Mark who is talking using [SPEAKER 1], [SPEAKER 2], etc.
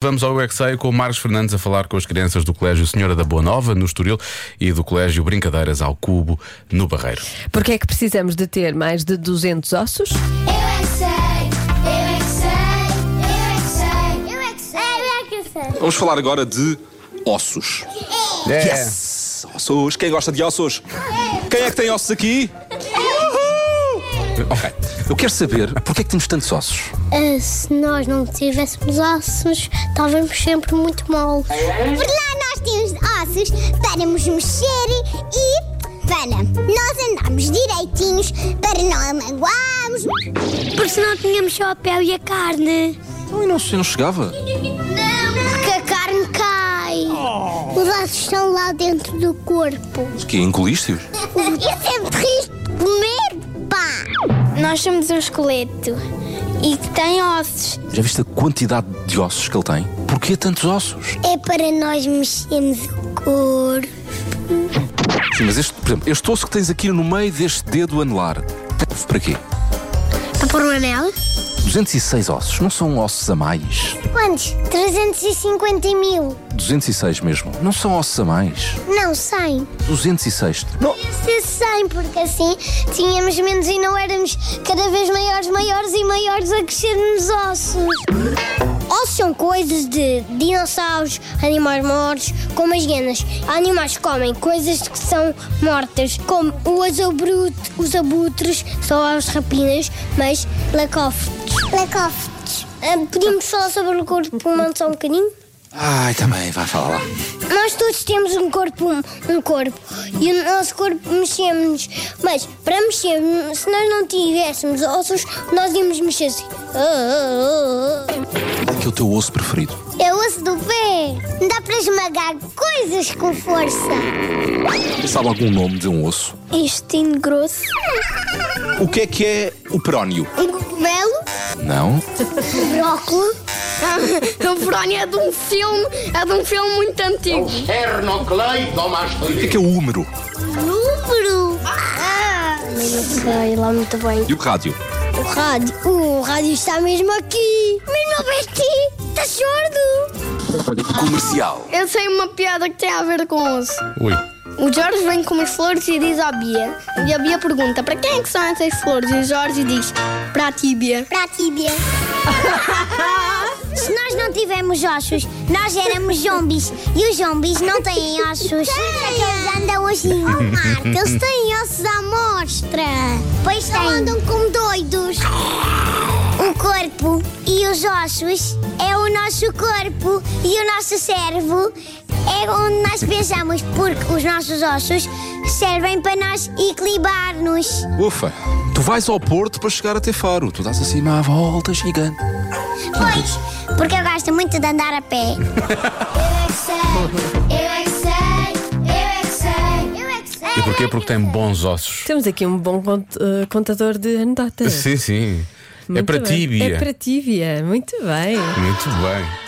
[SPEAKER 1] Vamos ao UXA com o Marcos Fernandes a falar com as crianças do Colégio Senhora da Boa Nova, no Estoril, e do Colégio Brincadeiras ao Cubo, no Barreiro.
[SPEAKER 2] Porque é que precisamos de ter mais de 200 ossos?
[SPEAKER 3] Eu é que sei, eu é que sei, eu é que sei, eu é que sei, eu é que sei, eu é que sei.
[SPEAKER 4] Vamos falar agora de ossos.
[SPEAKER 1] É.
[SPEAKER 4] Yes! Ossos. Quem gosta de ossos? Quem é que tem ossos aqui? Ok. Eu quero saber porque é que temos tantos ossos.
[SPEAKER 5] Ah, se nós não tivéssemos ossos, estávamos sempre muito moles.
[SPEAKER 3] Por lá nós temos ossos para nos mexer e para nós andarmos direitinhos, para não amagoarmos.
[SPEAKER 5] Porque senão tínhamos só a pele e a carne.
[SPEAKER 4] Então eu não, eu não chegava.
[SPEAKER 5] Porque a carne cai. Os ossos estão lá dentro do corpo.
[SPEAKER 4] Mas que engoliste-os?
[SPEAKER 3] Eu
[SPEAKER 5] é
[SPEAKER 3] sempre risco de comer, pá!
[SPEAKER 5] Nós somos um esqueleto e que tem ossos.
[SPEAKER 4] Já viste a quantidade de ossos que ele tem? Porquê tantos ossos?
[SPEAKER 5] É para nós mexermos o corpo.
[SPEAKER 4] Sim, mas este, por exemplo, este osso que tens aqui no meio deste dedo anelar, serve para quê?
[SPEAKER 5] Para pôr um anel?
[SPEAKER 4] 206 ossos, não são ossos a mais.
[SPEAKER 5] Quantos? 350 mil.
[SPEAKER 4] 206 mesmo, não são ossos a mais.
[SPEAKER 5] Não, 100.
[SPEAKER 4] 206. Não,
[SPEAKER 5] ser 100, é porque assim tínhamos menos e não éramos cada vez maiores, maiores e maiores a crescermos ossos. Ossos são coisas de dinossauros, animais mortos, como as hienas. Animais que comem coisas que são mortas, como o azul bruto, os abutres, são as rapinas, mas lacófetes. Lacófetes. podíamos falar sobre o corpo humano só um bocadinho?
[SPEAKER 4] Ai, também, vai falar lá.
[SPEAKER 5] Nós todos temos um corpo, um, um corpo e o nosso corpo mexemos, mas para mexer, se nós não tivéssemos ossos, nós íamos mexer assim.
[SPEAKER 4] Qual é que é o teu osso preferido?
[SPEAKER 5] É o osso do pé. Dá para esmagar coisas com força.
[SPEAKER 4] Sabe algum nome de um osso?
[SPEAKER 5] Intestino grosso.
[SPEAKER 4] O que é que é o prónio?
[SPEAKER 5] Um cogumelo.
[SPEAKER 4] Não.
[SPEAKER 5] Um brócolis.
[SPEAKER 6] O Verônia é de um filme, é de um filme muito antigo.
[SPEAKER 4] O que é que é o húmero?
[SPEAKER 5] Número. Ah. Não sei lá muito bem.
[SPEAKER 4] E o rádio?
[SPEAKER 5] O rádio. O rádio está mesmo aqui. Mesmo aqui. Está sordo.
[SPEAKER 4] Comercial.
[SPEAKER 6] Eu sei uma piada que tem a ver com osso.
[SPEAKER 1] Ui.
[SPEAKER 6] O Jorge vem comer flores e diz à Bia. E a Bia pergunta: para quem é que são essas flores? E o Jorge diz: para a Tíbia.
[SPEAKER 5] para a tíbia.
[SPEAKER 3] Se nós não tivermos ossos, nós éramos zombies. E os zombies não têm ossos. É Eles andam assim. eles têm ossos à mostra. Pois têm. andam como doidos. O corpo e os ossos é o nosso corpo e o nosso cérebro é onde nós pensamos, porque os nossos ossos servem para nós equilibrar-nos.
[SPEAKER 4] Ufa. Tu vais ao Porto para chegar até Faro. Tu dás assim uma volta gigante.
[SPEAKER 3] Pois, porque eu gosto muito de andar a pé. é Eu é que sei, eu é que sei, eu é que sei.
[SPEAKER 1] E porquê? Porque tem bons ossos.
[SPEAKER 2] Temos aqui um bom cont- eh, contador de anedotas.
[SPEAKER 1] Sim, sim. é
[SPEAKER 2] Muito
[SPEAKER 1] para
[SPEAKER 2] bem.
[SPEAKER 1] ti, Bia.
[SPEAKER 2] É para ti, Bia. Muito bem.
[SPEAKER 1] Muito bem.